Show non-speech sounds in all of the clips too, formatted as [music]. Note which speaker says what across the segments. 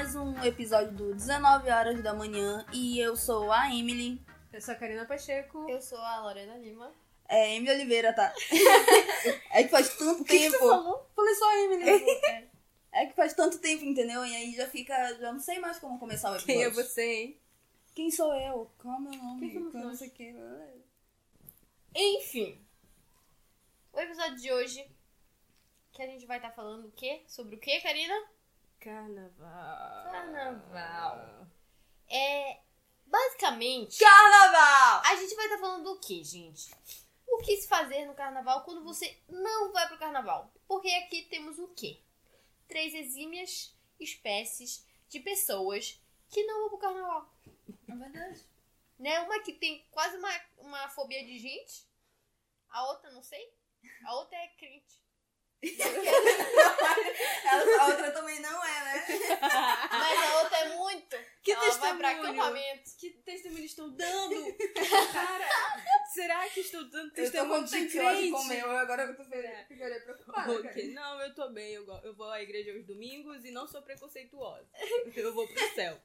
Speaker 1: Tá um episódio do 19 horas da manhã e eu sou a Emily.
Speaker 2: Eu sou a Karina Pacheco.
Speaker 3: Eu sou a Lorena Lima.
Speaker 1: É Emily Oliveira,
Speaker 2: [laughs]
Speaker 1: tá? é que faz tanto tempo.
Speaker 2: Falei só a Emily.
Speaker 1: É que faz tanto tempo, entendeu? E aí já fica. Já não sei mais como começar o episódio.
Speaker 2: Quem é você, hein?
Speaker 1: Quem sou eu? Qual é o meu nome?
Speaker 2: Quem somos
Speaker 1: Qual não
Speaker 2: nós?
Speaker 1: sei o quê.
Speaker 3: Enfim. O episódio de hoje, que a gente vai estar falando o quê? Sobre o quê, Karina?
Speaker 2: Carnaval.
Speaker 3: Carnaval. É... Basicamente,
Speaker 2: Carnaval!
Speaker 3: a gente vai estar falando do quê, gente? O que se fazer no carnaval quando você não vai pro carnaval? Porque aqui temos o quê? Três exímias espécies de pessoas que não vão pro carnaval.
Speaker 1: É verdade.
Speaker 3: Né? Uma que tem quase uma, uma fobia de gente. A outra, não sei. A outra é crente.
Speaker 1: Ela- a outra também não é, né?
Speaker 3: Mas a outra é muito.
Speaker 2: Que
Speaker 3: Ela vai pra
Speaker 2: testemunho.
Speaker 3: acampamento.
Speaker 2: Que testemunho estão dando? [laughs] Cara, será que estou dando
Speaker 1: Eu tô
Speaker 2: testemunho um de É.
Speaker 1: contente hoje
Speaker 2: crente?
Speaker 1: como eu, agora eu tô feliz. Ficaria preocupada.
Speaker 2: Ok.
Speaker 1: cara.
Speaker 2: Não, eu tô bem. Eu, go- eu vou à igreja aos domingos e não sou preconceituosa. Eu vou pro céu.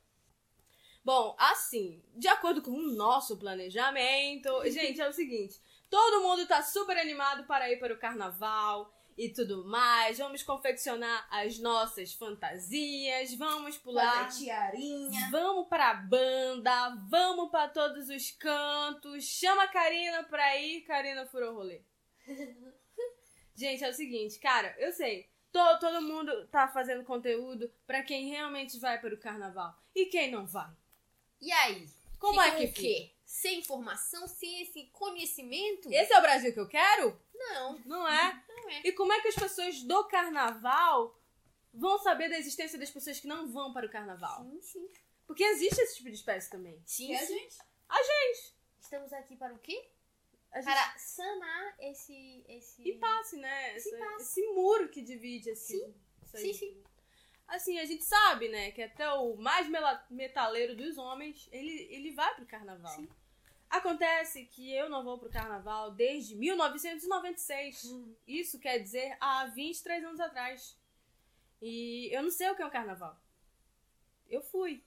Speaker 2: Bom, assim, de acordo com o nosso planejamento, gente, é o seguinte: todo mundo tá super animado para ir para o carnaval e tudo mais. Vamos confeccionar as nossas fantasias, vamos pular.
Speaker 1: Fazer tiarinha.
Speaker 2: Vamos pra banda, vamos pra todos os cantos. Chama a Karina pra ir, Karina furou o
Speaker 3: [laughs]
Speaker 2: rolê. Gente, é o seguinte, cara, eu sei. to- todo mundo tá fazendo conteúdo pra quem realmente vai para o carnaval. E quem não vai?
Speaker 3: E aí?
Speaker 2: Como
Speaker 3: Fica
Speaker 2: é
Speaker 3: o
Speaker 2: que fica?
Speaker 3: quê? Sem informação, sem esse conhecimento?
Speaker 2: Esse é o Brasil que eu quero?
Speaker 3: Não,
Speaker 2: Não é?
Speaker 3: não é.
Speaker 2: E como é que as pessoas do carnaval vão saber da existência das pessoas que não vão para o carnaval?
Speaker 3: Sim, sim.
Speaker 2: Porque existe esse tipo de espécie também.
Speaker 1: E
Speaker 3: Sim,
Speaker 1: a
Speaker 3: sim.
Speaker 1: gente?
Speaker 3: Estamos aqui para o quê?
Speaker 2: A gente
Speaker 3: Para sanar esse. esse...
Speaker 2: E passe, né?
Speaker 3: Esse
Speaker 2: Essa-
Speaker 3: passe.
Speaker 2: Esse muro que divide assim. isso aí.
Speaker 3: Sim, sim.
Speaker 2: Assim, a gente sabe, né, que até o mais mela- metaleiro dos homens, ele, ele vai pro carnaval.
Speaker 3: Sim.
Speaker 2: Acontece que eu não vou pro carnaval desde 1996. Isso quer dizer há 23 anos atrás. E eu não sei o que é um carnaval. Eu fui.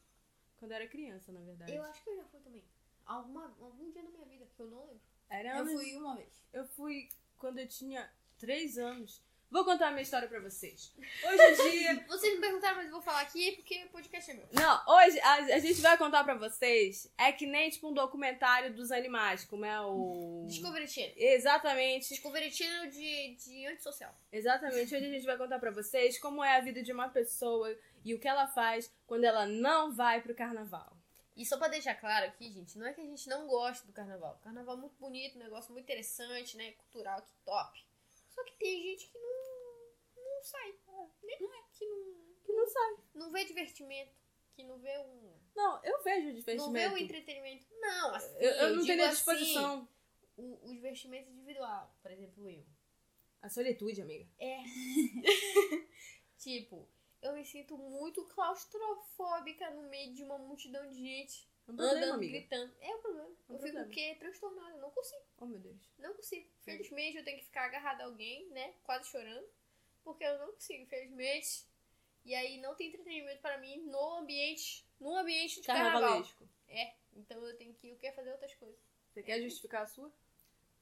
Speaker 2: Quando eu era criança, na verdade.
Speaker 3: Eu acho que eu já fui também. Alguma, algum dia na minha vida, que eu não lembro.
Speaker 2: Era
Speaker 1: Eu
Speaker 2: anos-
Speaker 1: fui uma vez.
Speaker 2: Eu fui quando eu tinha 3 anos. Vou contar a minha história pra vocês. Hoje em dia,
Speaker 3: Vocês me perguntaram, mas eu vou falar aqui porque o podcast é meu.
Speaker 2: Não, hoje a, a gente vai contar pra vocês. É que nem tipo um documentário dos animais, como é o.
Speaker 3: Descobertino.
Speaker 2: Exatamente,
Speaker 3: Descobertino de, de antissocial.
Speaker 2: exatamente. Hoje a gente vai contar pra vocês como é a vida de uma pessoa e o que ela faz quando ela não vai pro carnaval.
Speaker 3: E só pra deixar claro aqui, gente, não é que a gente não gosta do carnaval. Carnaval é muito bonito, um negócio muito interessante, né? Cultural, que top. Só que tem gente que não, não sai. Né? Que não,
Speaker 2: Que não sabe.
Speaker 3: não vê divertimento. Que não vê um.
Speaker 2: Não, eu vejo o
Speaker 3: Não vê
Speaker 2: divertimento.
Speaker 3: o entretenimento. Não, assim.
Speaker 2: eu, eu não
Speaker 3: digo
Speaker 2: tenho a
Speaker 3: assim,
Speaker 2: disposição.
Speaker 3: o, o divertimento individual, por exemplo, eu.
Speaker 2: A solitude, amiga.
Speaker 3: Tipo, eu me sinto muito claustrofóbica no meio de uma multidão de gente
Speaker 2: É um problema,
Speaker 3: andando,
Speaker 2: amiga.
Speaker 3: gritando. É um problema.
Speaker 2: É um
Speaker 3: eu
Speaker 2: problema.
Speaker 3: fico o quê? Transtornada. Eu não consigo.
Speaker 2: Oh, meu Deus.
Speaker 3: Não consigo. Felizmente eu tenho que ficar agarrada a alguém, né? Quase chorando. Porque eu não consigo, infelizmente. E aí não tem entretenimento para mim no ambiente, no ambiente de carnaval.
Speaker 2: Carnavalesco.
Speaker 3: Então eu tenho que eu quero fazer outras coisas.
Speaker 2: Você quer justificar a sua?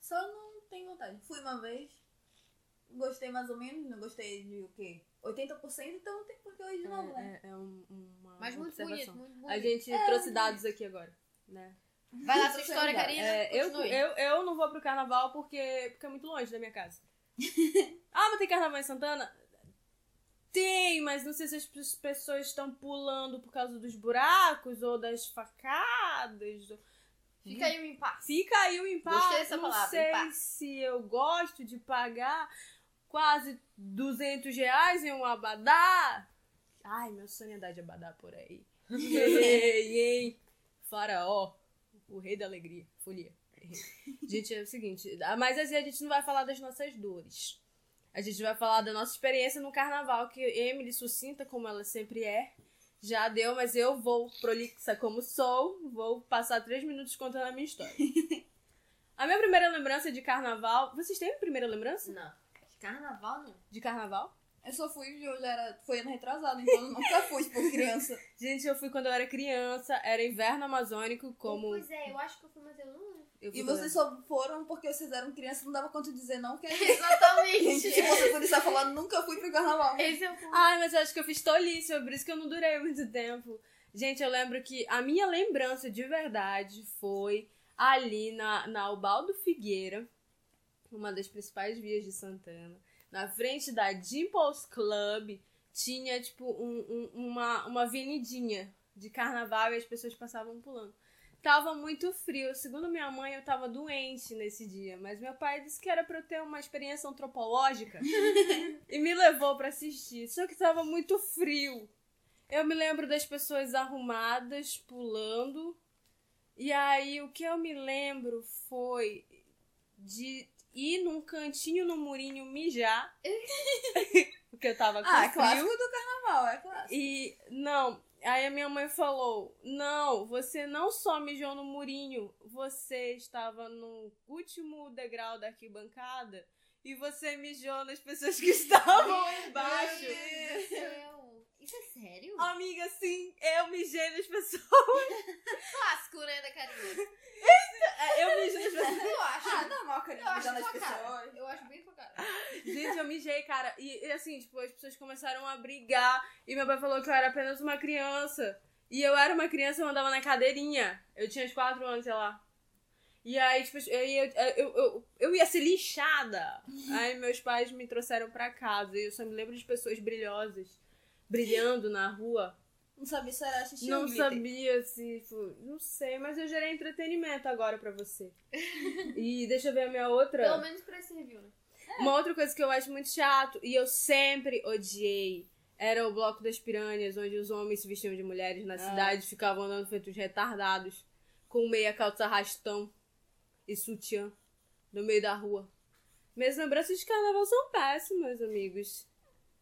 Speaker 1: Só não tenho vontade. Fui uma vez, gostei mais ou menos, não gostei de o quê? 80%, então não tem porque hoje de novo, né?
Speaker 2: É, é um- uma
Speaker 3: Mas muito bonito,
Speaker 2: observação.
Speaker 3: muito bonito.
Speaker 2: A gente trouxe dados aqui agora, né?
Speaker 3: Vai lá sua história,
Speaker 1: Sociedade.
Speaker 3: Karina.
Speaker 2: É, eu,
Speaker 3: Continue.
Speaker 2: eu, eu não vou pro carnaval porque, porque é muito longe da
Speaker 3: [laughs]
Speaker 2: minha casa. ah, mas tem carnaval em Santana? Tem, mas não sei se as pe- pessoas estão pulando por causa dos buracos ou das facadas.
Speaker 3: Fica
Speaker 2: uhum.
Speaker 3: aí o impasse.
Speaker 2: Fica aí o impasse.
Speaker 3: Gostei dessa
Speaker 2: não
Speaker 3: palavra,
Speaker 2: sei
Speaker 3: impasse.
Speaker 2: se eu gosto de pagar quase 200 reais em um abadá. Ai, meu sonho é dar de abadá por aí.
Speaker 3: [laughs]
Speaker 2: ei, ei, faraó, o rei da alegria, folia. Gente, é o seguinte, mas assim, a gente não vai falar das nossas dores. A gente vai falar da nossa experiência no carnaval, que Emily, sucinta como ela sempre é, já deu, mas eu vou, prolixa como sou, vou passar três minutos contando a minha história.
Speaker 1: [laughs]
Speaker 2: A minha primeira lembrança de carnaval. Vocês têm primeira lembrança
Speaker 3: Não. Carnaval não.
Speaker 2: de carnaval?
Speaker 1: é. Eu só fui, eu já era, foi ano retrasado, então eu [laughs] nunca fui por criança.
Speaker 2: Gente, eu fui quando eu era criança, era inverno amazônico, como.
Speaker 3: Pois é, eu acho que eu fui, mas eu não lembro.
Speaker 2: Eu fui
Speaker 1: E
Speaker 2: quando-
Speaker 1: vocês só foram porque vocês eram criança, não dava conta de dizer não, porque a [laughs] gente,
Speaker 3: Exatamente.
Speaker 1: se você for estar falando, nunca fui pro carnaval.
Speaker 3: Esse é o [laughs] ponto.
Speaker 2: Ai, mas eu acho que eu fiz tolice, é por isso que eu não durei muito tempo. Gente, eu lembro que a minha lembrança de verdade foi ali na, na Albaldo Figueira, uma das principais vias de Santana, na frente da Dimples Club, tinha tipo um- um- uma, uma avenidinha de carnaval e as pessoas passavam pulando. Tava muito frio. Segundo minha mãe, eu tava doente nesse dia. Mas meu pai disse que era pra eu ter uma experiência
Speaker 1: [laughs]
Speaker 2: antropológica e me levou pra assistir. Só que tava muito frio. Eu me lembro das pessoas arrumadas pulando. E aí o que eu me lembro foi de ir num cantinho no murinho
Speaker 1: [laughs]
Speaker 2: mijar. [laughs] porque eu tava com
Speaker 1: Ah, é
Speaker 2: frio.
Speaker 1: clássico do carnaval, é clássico.
Speaker 2: E não, aí a minha mãe falou: Não, você não só mijou no murinho, você estava no último degrau da arquibancada e você mijou nas pessoas que [laughs] estavam embaixo.
Speaker 3: Meu Deus do céu. Isso é sério?
Speaker 2: Amiga, sim, eu mijei nas pessoas.
Speaker 3: Clássico, né, da Karina?
Speaker 2: É, Eu mijei nas pessoas.
Speaker 3: Eu acho.
Speaker 1: Ah, não, mal
Speaker 3: Eu acho
Speaker 1: carinho
Speaker 3: tua
Speaker 1: das
Speaker 3: cara.
Speaker 1: pessoas.
Speaker 3: Eu acho bem tua cara.
Speaker 2: Gente, eu mijei, cara. E, e assim, tipo, as pessoas começaram a brigar. E meu pai falou que eu era apenas uma criança. E eu era uma criança, eu andava na cadeirinha. Eu tinha uns 4 anos, sei lá. E aí, tipo, eu, ia- eu, eu, eu, eu ia ser lixada. Aí meus pais me trouxeram pra casa. E eu só me lembro de pessoas brilhosas. Brilhando na rua.
Speaker 1: Não sabia se era xixi ou
Speaker 2: não
Speaker 1: glitter.
Speaker 2: sabia se. tipo, Não sei, mas eu gerei entretenimento agora pra você. E deixa eu ver a minha outra.
Speaker 3: Pelo menos pra esse review, né?
Speaker 2: Uma outra coisa que eu acho muito chato e eu sempre odiei era o Bloco das Piranhas, onde os homens se vestiam de mulheres na cidade e ficavam andando feitos retardados, com meia calça rastão e sutiã no meio da rua. Minhas lembranças de carnaval são péssimas, amigos.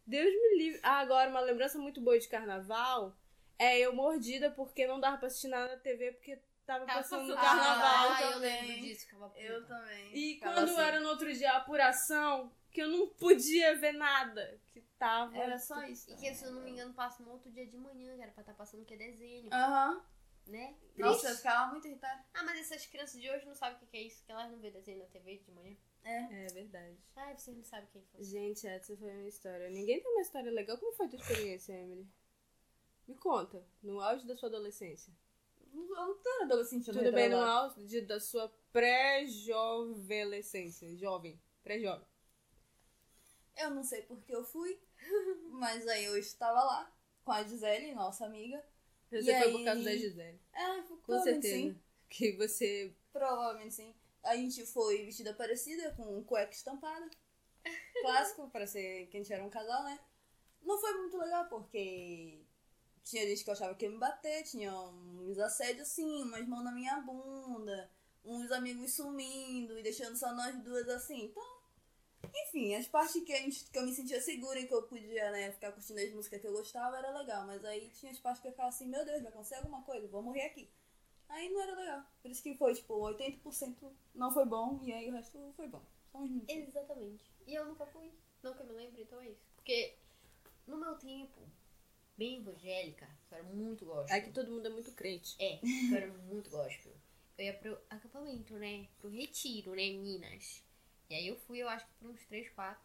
Speaker 2: Deus me livre. Ah, agora, uma lembrança muito boa de carnaval é eu mordida porque não dava pra assistir nada na TV porque tava,
Speaker 3: Tava passando
Speaker 2: passando o
Speaker 1: carnaval
Speaker 2: carnaval.
Speaker 3: Ah, eu
Speaker 1: também.
Speaker 3: lembro disso. Ficava puta.
Speaker 1: Eu também.
Speaker 2: E
Speaker 1: Ficava
Speaker 2: quando
Speaker 1: assim.
Speaker 2: era no outro dia a apuração, que eu não podia ver nada. Que tava.
Speaker 1: Era só isso.
Speaker 3: E que, se eu não me engano, passa no outro dia de manhã, que era pra estar passando que é desenho,
Speaker 1: Aham.
Speaker 3: né?
Speaker 1: Nossa, eu
Speaker 3: Triste.
Speaker 1: ficava muito irritada.
Speaker 3: Ah, mas essas crianças de hoje não sabem o que que é isso, que elas não vê desenho na TV de manhã.
Speaker 2: É verdade.
Speaker 3: Ai, vocês não sabem quem foi.
Speaker 2: Gente, essa foi a minha história. Ninguém tem uma história legal. Como foi a tua experiência, Emily? Me conta, no auge da sua adolescência.
Speaker 1: Eu não era adolescente, eu não
Speaker 2: Tudo bem, no
Speaker 1: retrasada.
Speaker 2: auge de- da sua pré-jovelescência. Jovem. Pré-jovem.
Speaker 1: Eu não sei porque eu fui, [laughs] mas aí eu estava lá com a Gisele, nossa amiga.
Speaker 2: Você
Speaker 1: E
Speaker 2: foi
Speaker 1: aí?
Speaker 2: por causa da Gisele.
Speaker 1: É, foi-
Speaker 2: Com
Speaker 1: provavelmente
Speaker 2: certeza.
Speaker 1: sim.
Speaker 2: Que você.
Speaker 1: Provavelmente sim. A gente foi vestida parecida, com um cueca estampada. Clássico, para ser que a gente era um casal, né? Não foi muito legal porque tinha gente que achava que ia me bater, tinha uns assédios assim, umas mãos na minha bunda, uns amigos sumindo e deixando só nós duas assim. Então, enfim, as partes que, a gente, que eu me sentia segura e que eu podia, né, ficar curtindo as músicas que eu gostava era legal, mas aí tinha as partes que eu ficava assim, meu Deus, vai acontecer alguma coisa, vou morrer aqui. Aí não era legal. Por isso que foi, tipo, 80% não foi bom e aí o resto foi bom. Só uns minutos.
Speaker 3: Exatamente. E eu nunca fui. Não que eu me lembre, então é isso. Porque no meu tempo, bem evangélica, que eu era muito gospel.
Speaker 2: É que todo mundo é muito crente.
Speaker 3: É, que eu era muito gospel. Eu ia pro acampamento, né? Pro retiro, né, em Minas. E aí eu fui, eu acho que por uns 3, 4.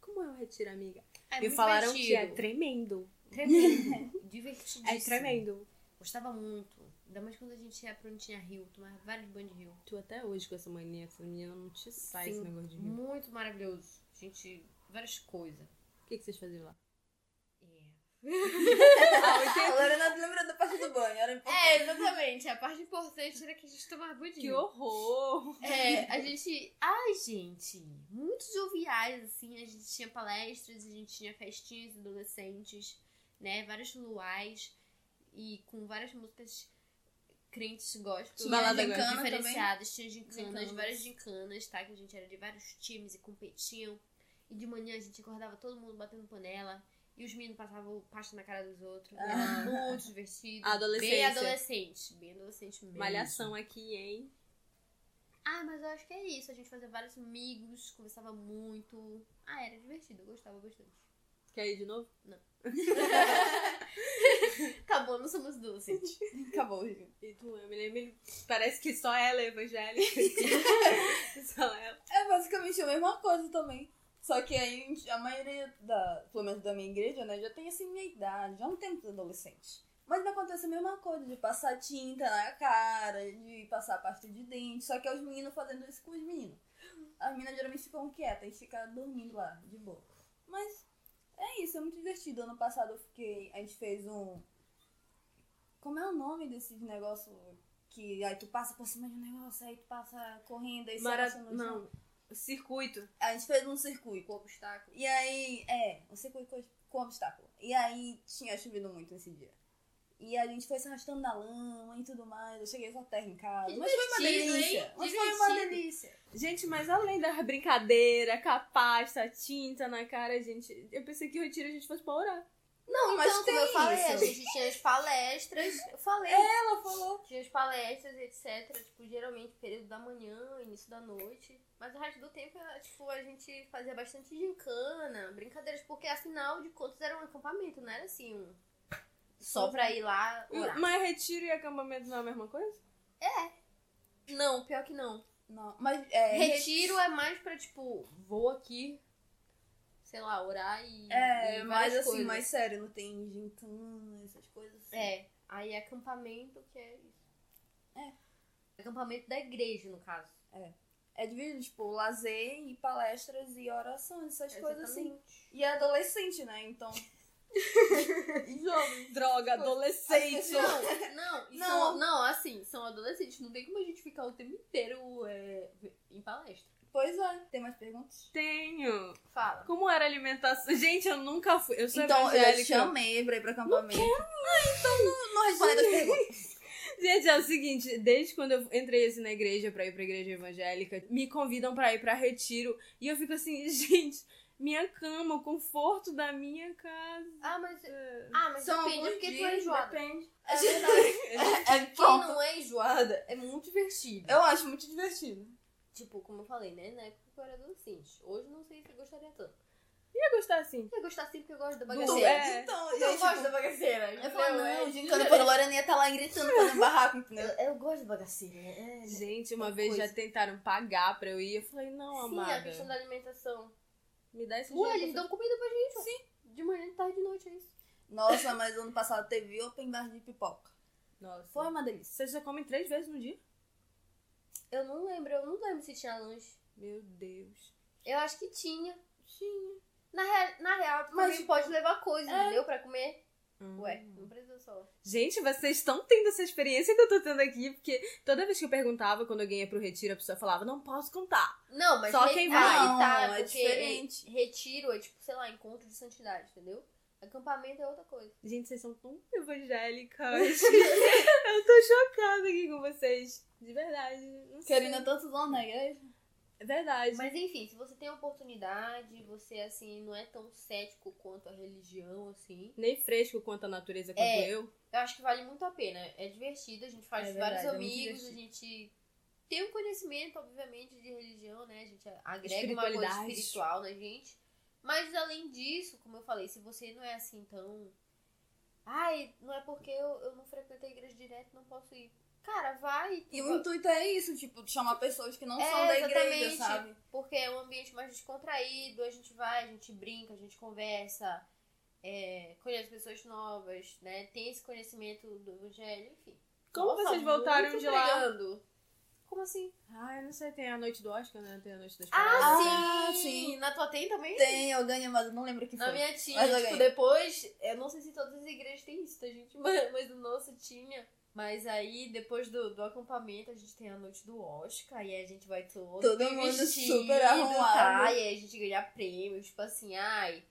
Speaker 2: Como é o retiro, amiga?
Speaker 3: Ah, é
Speaker 2: Me
Speaker 3: muito
Speaker 2: falaram que é
Speaker 3: divertido.
Speaker 2: tremendo. [laughs]
Speaker 3: Tremendo. né? Divertidíssimo.
Speaker 2: É tremendo.
Speaker 3: Gostava muito. Ainda mais quando a gente ia pra onde tinha rio, tomava vários banhos de rio.
Speaker 2: Tu até hoje com essa mania, essa menina não te sai
Speaker 3: Sim.
Speaker 2: esse negócio de rir.
Speaker 3: Muito maravilhoso. Gente, várias coisas.
Speaker 2: O que, que vocês faziam lá?
Speaker 3: É.
Speaker 1: [laughs] A Lorena lembra da parte do banho, era importante.
Speaker 3: É, exatamente. A parte importante era que a gente tomava banho de
Speaker 2: Que
Speaker 3: rio.
Speaker 2: horror!
Speaker 3: É, a gente. Ai, gente, muitos joviais, assim. A gente tinha palestras, a gente tinha festinhas de adolescentes, né? Vários luais e com várias músicas crentes gospel.
Speaker 1: Tinha
Speaker 2: Balada
Speaker 1: gincana
Speaker 3: gospel diferenciadas, tinha gincanas,
Speaker 1: Gincanas.
Speaker 3: várias gincanas, tá? Que a gente era de vários times e competiam. E de manhã a gente acordava todo mundo batendo panela. E os meninos passavam pasta na cara dos outros.
Speaker 1: Ah.
Speaker 3: Era muito divertido. Bem
Speaker 2: Adolescência.
Speaker 3: adolescente. Bem adolescente mesmo.
Speaker 2: Malhação aqui, hein?
Speaker 3: Ah, mas eu acho que é isso. A gente fazia vários amigos, conversava muito. Ah, era divertido, eu gostava bastante.
Speaker 2: Quer ir de novo?
Speaker 3: Acabou, não somos duas, [laughs] gente.
Speaker 1: Acabou, gente.
Speaker 2: E tu, eu me lembro. Parece que só ela é [laughs] evangélica. só ela.
Speaker 1: É basicamente a mesma coisa também. Só que aí a gente- a maioria, da, pelo menos da minha igreja, né, já tem assim minha idade, já é um tempo adolescente. Mas não acontece a mesma coisa, de passar tinta na cara, de passar pasta de dente. Só que é os meninos fazendo isso com os meninos. As meninas geralmente ficam quietas e ficam dormindo lá, de boa. Mas é isso, é muito divertido. Ano passado eu fiquei. A gente fez um. Como é o nome desses negócio que aí tu passa por cima de um negócio, aí tu passa correndo, aí você
Speaker 2: Mara...
Speaker 1: acha no chão?
Speaker 2: Não. Circuito.
Speaker 1: A gente fez um circuito.
Speaker 3: Com obstáculo.
Speaker 1: E aí, é, um circuito com- com obstáculo. E aí tinha chovido muito nesse dia. E a gente foi se arrastando na lama e tudo mais. Eu cheguei com a terra em casa.
Speaker 3: Que
Speaker 1: Mas foi uma
Speaker 3: divertido,
Speaker 1: delícia.
Speaker 3: hein?
Speaker 1: Mas foi uma
Speaker 3: Divertido.
Speaker 1: delícia.
Speaker 2: Gente, mas além da brincadeira, com a pasta, tinta na cara, gente, eu pensei que o retiro a gente fosse pra orar.
Speaker 1: Não,
Speaker 3: então, como eu falei, a gente tinha as palestras. Eu falei.
Speaker 1: Ela falou.
Speaker 3: Tinha as palestras, etc. Tipo, geralmente período da manhã, início da noite. Mas o resto do tempo, era, tipo, a gente fazia bastante gincana, brincadeiras. Porque, afinal de contas, era um acampamento, não era assim um... Só pra ir lá orar.
Speaker 2: Mas retiro e acampamento não é a mesma coisa?
Speaker 3: Não, pior que não.
Speaker 1: Não, mas é.
Speaker 3: Retiro é mais pra, tipo, vou aqui, sei lá, orar e.
Speaker 1: É,
Speaker 3: e
Speaker 1: mas
Speaker 3: várias
Speaker 1: assim,
Speaker 3: coisas.
Speaker 1: mais sério, não tem gincana, essas coisas assim.
Speaker 3: É, aí é acampamento que é isso.
Speaker 1: É.
Speaker 3: Acampamento da igreja, no caso.
Speaker 1: É dividido, tipo, lazer e palestras e orações, essas coisas assim.
Speaker 3: Exatamente.
Speaker 1: E é adolescente, né? Então. e jovem.
Speaker 2: Droga, adolescente.
Speaker 3: Não, não, e
Speaker 1: Não.
Speaker 3: são- não, assim, são adolescentes, não tem como a gente ficar o tempo inteiro é, em palestra.
Speaker 1: Pois é. Tem mais perguntas?
Speaker 2: Tenho.
Speaker 3: Fala.
Speaker 2: Como era a alimentação? Gente, eu nunca fui. Eu sou
Speaker 1: Então, eu já te
Speaker 2: evangélica.
Speaker 1: chamei pra ir pra acampamento. Ah, então não, não respondendo as perguntas.
Speaker 2: Gente, é o seguinte, desde quando eu entrei assim na igreja pra ir pra igreja evangélica, me convidam pra ir pra retiro e eu fico assim, [laughs] gente, minha cama, o conforto da minha casa.
Speaker 3: Ah, mas. Ah, mas
Speaker 1: São
Speaker 3: depende, é
Speaker 1: alguns
Speaker 3: porque tu
Speaker 1: dias,
Speaker 3: é enjoada.
Speaker 2: Depende.
Speaker 3: É verdade.
Speaker 1: É,
Speaker 3: Quem não é enjoada é muito divertido.
Speaker 1: Eu acho muito divertido.
Speaker 3: Tipo, como eu falei, né? Na época que eu era adolescente. Hoje não sei se eu gostaria tanto.
Speaker 2: Ia gostar assim.
Speaker 3: Eu ia gostar sempre que eu gosto da
Speaker 1: Tu,
Speaker 3: bagaceira.
Speaker 2: é.
Speaker 1: Então,
Speaker 3: Eu,
Speaker 1: eu,
Speaker 3: gosto
Speaker 1: tipo,
Speaker 3: da bagaceira.
Speaker 1: eu falo, não, gente, quando
Speaker 3: eu,
Speaker 1: for Lorena ia tá lá gritando, fazendo barraco, entendeu?
Speaker 3: gosto da bagaceira. É. Sim,
Speaker 2: Gente, uma vez
Speaker 3: coisa.
Speaker 2: já tentaram pagar pra eu ir. Eu falei, não,
Speaker 3: a
Speaker 2: amada.
Speaker 3: questão da alimentação.
Speaker 2: Me dá esse
Speaker 3: Ué,
Speaker 2: dinheiro
Speaker 3: eles
Speaker 2: pra
Speaker 3: dão comida pra gente. Sim. De manhã, de tarde, de noite, é isso.
Speaker 1: Nossa, mas ano passado teve open bar de pipoca.
Speaker 2: você- Nossa.
Speaker 1: Foi uma delícia.
Speaker 2: Vocês já comem três vezes no dia?
Speaker 3: Eu não lembro, eu não lembro se tinha lanche.
Speaker 2: Meu Deus.
Speaker 3: Eu acho que tinha.
Speaker 2: Sim.
Speaker 3: Na, rea- na real, tu
Speaker 1: Mas,
Speaker 3: também
Speaker 1: tipo,
Speaker 3: pode levar coisa, entendeu? Pra comer. Ué, não precisa só.
Speaker 2: Gente, vocês estão tendo essa experiência que eu tô tendo aqui, porque toda vez que eu perguntava quando alguém ia pro retiro, a pessoa falava, não posso contar.
Speaker 3: Não, mas
Speaker 2: Só
Speaker 3: re-
Speaker 2: quem
Speaker 3: aí
Speaker 2: vai.
Speaker 3: tá,
Speaker 1: Não, é
Speaker 3: porque
Speaker 1: diferente.
Speaker 3: Retiro é tipo, sei lá, encontro de santidade, entendeu? Acampamento é outra coisa.
Speaker 2: Gente, vocês são tão
Speaker 3: [laughs]
Speaker 2: evangélicas. [laughs] eu tô chocada aqui com vocês. De verdade. Não sei.
Speaker 1: Querendo tantos anos na igreja.
Speaker 2: É verdade.
Speaker 3: Mas enfim, se você tem a oportunidade, você assim não é tão cético quanto a religião, assim.
Speaker 2: Nem fresco quanto a natureza quanto
Speaker 3: É.
Speaker 2: eu.
Speaker 3: Eu acho que vale muito a pena. É divertido, a gente faz
Speaker 1: É
Speaker 3: vários
Speaker 1: verdade, é muito
Speaker 3: amigos, a gente tem um conhecimento, obviamente, de religião, né? A gente agrega uma coisa
Speaker 2: Espiritualidade.
Speaker 3: espiritual na gente. Mas além disso, como eu falei, se você não é assim tão. Ai, não é porque eu, eu não frequento a igreja direto, não posso ir. Cara, vai. tu
Speaker 1: E
Speaker 3: vai-
Speaker 1: o intuito é isso, tipo, chamar pessoas que não
Speaker 3: É,
Speaker 1: são da igreja,
Speaker 3: exatamente.
Speaker 1: sabe?
Speaker 3: Porque é um ambiente mais descontraído, a gente vai, a gente brinca, a gente conversa, é, conhece pessoas novas, né? Tem esse conhecimento do evangelho, enfim.
Speaker 2: Como
Speaker 3: Nossa,
Speaker 2: vocês voltaram
Speaker 3: muito
Speaker 2: de lá?
Speaker 3: pregando. Como assim?
Speaker 2: Ah, eu não sei, tem a noite do Oscar, né? Tem a noite das
Speaker 1: Ah,
Speaker 2: Paradas.
Speaker 3: Ah, sim!
Speaker 1: sim.
Speaker 3: Na tua tem também?
Speaker 1: Tem, eu ganho, mas eu não lembro o que
Speaker 3: Na
Speaker 1: foi.
Speaker 3: minha tinha,
Speaker 1: Mas eu
Speaker 3: tipo,
Speaker 1: ganhei.
Speaker 3: depois, eu não sei se todas as igrejas têm isso, tá, gente? [laughs] Mas, mas o nosso tinha. Mas aí, depois do, do acampamento, a gente tem a noite do Oscar, e aí a gente vai todo,
Speaker 1: Todo
Speaker 3: bem
Speaker 1: mundo
Speaker 3: vestido,
Speaker 1: um super arrumado.
Speaker 3: Tá? E aí a gente ganha prêmio, tipo assim, ai,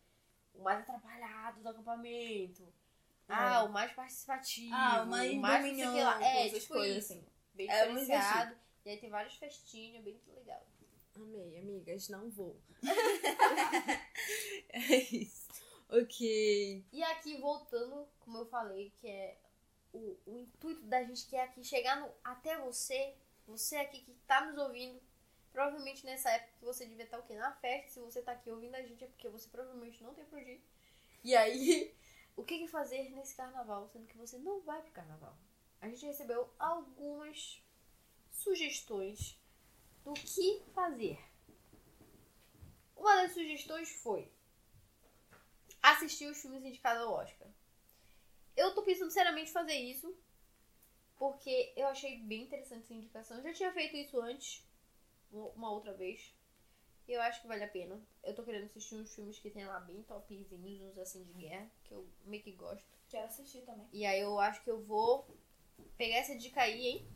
Speaker 3: o mais atrapalhado do acampamento. Ah, o mais participativo.
Speaker 1: É. Ah, o mais
Speaker 3: não sei o que
Speaker 1: dominion,
Speaker 3: lá. É,
Speaker 1: essas
Speaker 3: tipo
Speaker 1: coisas
Speaker 3: isso.
Speaker 1: assim.
Speaker 3: Bem
Speaker 1: É muito
Speaker 3: diferenciado. e aí tem vários festinhos, bem legal.
Speaker 2: Amei, amigas,
Speaker 3: [laughs]
Speaker 2: não vou. é isso. Ok.
Speaker 3: E aqui, voltando, como eu falei, que é o, o intuito da gente que é aqui chegar no- até você, você aqui que tá nos ouvindo. tá Provavelmente nessa época que você devia estar o quê? Na festa. Se você tá aqui ouvindo a gente é porque você provavelmente não tem pra onde ir.
Speaker 1: E aí,
Speaker 3: [laughs] O que, que fazer nesse carnaval, sendo que você não vai pro carnaval? A gente recebeu algumas sugestões do que fazer. Uma das sugestões foi assistir os filmes indicados ao Oscar. Eu tô pensando seriamente em fazer isso, porque eu achei bem interessante essa indicação. Eu já tinha feito isso antes, u- uma outra vez. E eu acho que vale a pena. Eu tô querendo assistir uns filmes que tem lá bem topzinhos, uns assim de guerra, que eu meio que gosto.
Speaker 1: quero assistir também.
Speaker 3: E aí eu acho que eu vou pegar essa dica aí, hein?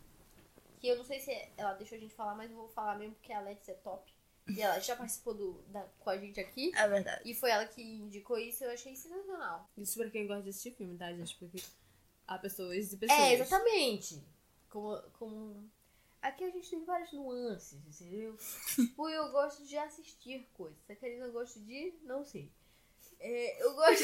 Speaker 3: Que eu não sei se ela deixou a gente falar, mas eu vou falar mesmo porque a Letícia é top. E ela já participou do, da, com a gente aqui.
Speaker 1: É verdade.
Speaker 3: E foi ela que indicou isso, eu achei sensacional.
Speaker 2: Isso pra quem gosta de assistir filme, tá, gente? Porque há pessoas e pessoas.
Speaker 3: É, exatamente. Como, como. Aqui a gente tem várias nuances, entendeu? tipo, eu gosto de assistir coisas. A Karina gosta de. não sei. É, eu gosto.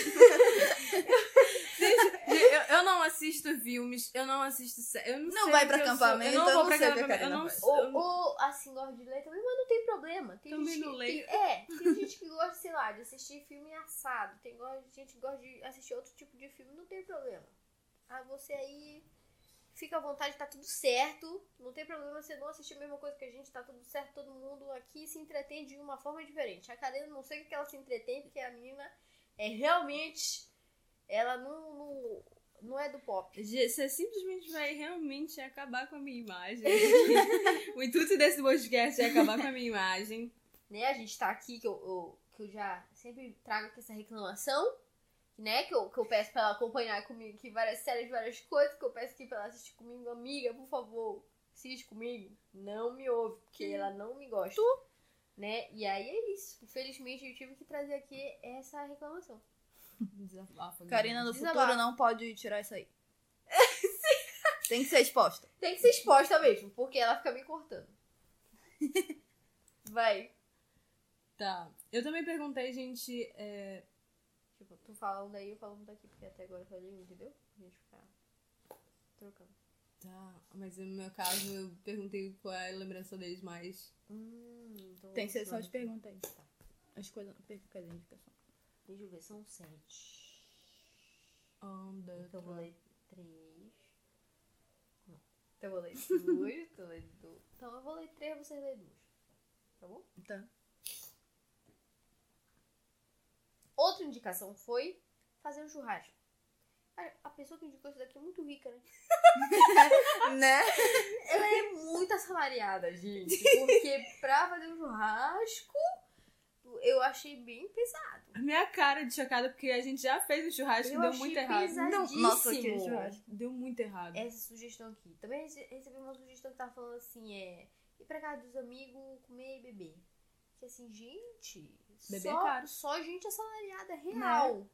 Speaker 2: Eu, eu não assisto filmes, eu não assisto sé- eu não,
Speaker 1: Não
Speaker 2: sei
Speaker 1: vai
Speaker 2: o que
Speaker 1: pra
Speaker 2: eu sou,
Speaker 1: acampamento,
Speaker 2: eu não
Speaker 1: eu
Speaker 2: vou
Speaker 1: não
Speaker 2: pra
Speaker 1: sei o que a
Speaker 2: acampamento, eu
Speaker 1: Karina
Speaker 2: não
Speaker 1: faz.
Speaker 2: sou- eu
Speaker 3: ou,
Speaker 2: não-
Speaker 3: ou assim, gosto de ler também, mas não tem problema. Tem
Speaker 2: Também
Speaker 3: gente
Speaker 2: não
Speaker 3: que,
Speaker 2: leio.
Speaker 3: Tem, é, tem gente que gosta, sei lá, de assistir filme assado. Tem go- gente que gosta de assistir outro tipo de filme, não tem problema. Ah, você aí fica à vontade, tá tudo certo. Não tem problema você não assistir a mesma coisa que a gente, tá tudo certo, todo mundo aqui se entretém de uma forma diferente. A Karina não sei o que ela se entretém, porque a menina é realmente. Ela não, não, não é do pop.
Speaker 2: Gê, Você simplesmente vai realmente acabar com a
Speaker 1: [laughs]
Speaker 2: minha imagem. [laughs] o intuito desse podcast é acabar com a minha imagem.
Speaker 3: né? A gente tá aqui, que eu, eu- que eu já sempre trago aqui essa reclamação, né? Que eu, que eu peço pra ela acompanhar comigo aqui várias séries, várias coisas, que eu peço aqui pra ela assistir comigo. Amiga, por favor, assiste comigo. Não me ouve, porque
Speaker 2: Que
Speaker 3: ela não me gosta. Né? E aí é isso. Infelizmente, eu tive que trazer aqui essa reclamação.
Speaker 2: Desabafa.
Speaker 1: Karina no
Speaker 3: Desabafo.
Speaker 1: futuro não pode tirar isso [laughs] aí. Tem que ser exposta.
Speaker 3: Tem que ser exposta mesmo, porque ela fica me cortando. Vai.
Speaker 2: Tá. Eu também perguntei, gente. é,
Speaker 3: Tipo, tu falando daí, eu falando daqui, porque até agora eu falei, entendeu? A gente fica trocando.
Speaker 2: Tá. Mas no meu caso, eu perguntei qual é a lembrança deles mais.
Speaker 3: Hum, então
Speaker 1: Tem sessão de
Speaker 3: vamos lá.
Speaker 1: pergunta aí. As coisas não perca as indicações.
Speaker 3: Deixa eu ver, são sete.
Speaker 2: On the
Speaker 3: Então eu vou
Speaker 2: throne.
Speaker 3: ler três. Não. Então eu vou ler duas, tu lê duas. Então eu vou ler três, você lê duas. Tá bom?
Speaker 1: Tá.
Speaker 3: Outra indicação foi fazer um churrasco. A, a pessoa que indicou isso daqui é muito rica, né?
Speaker 1: Né?
Speaker 3: Ela é muito assalariada, gente. Porque pra fazer um churrasco, eu achei bem pesado.
Speaker 2: A Minha cara de chocada, porque a gente já fez o churrasco
Speaker 3: Eu
Speaker 2: e deu
Speaker 3: achei
Speaker 2: muito errado.
Speaker 3: pesadíssimo.
Speaker 1: Nossa, aquele churrasco. É
Speaker 2: Deu muito errado.
Speaker 3: essa sugestão aqui. Também rece- recebi uma sugestão que tava falando assim, é... Ir pra casa dos amigos, comer e beber. Que assim, gente...
Speaker 2: Beber é
Speaker 3: só,
Speaker 2: caro.
Speaker 3: Só gente assalariada real,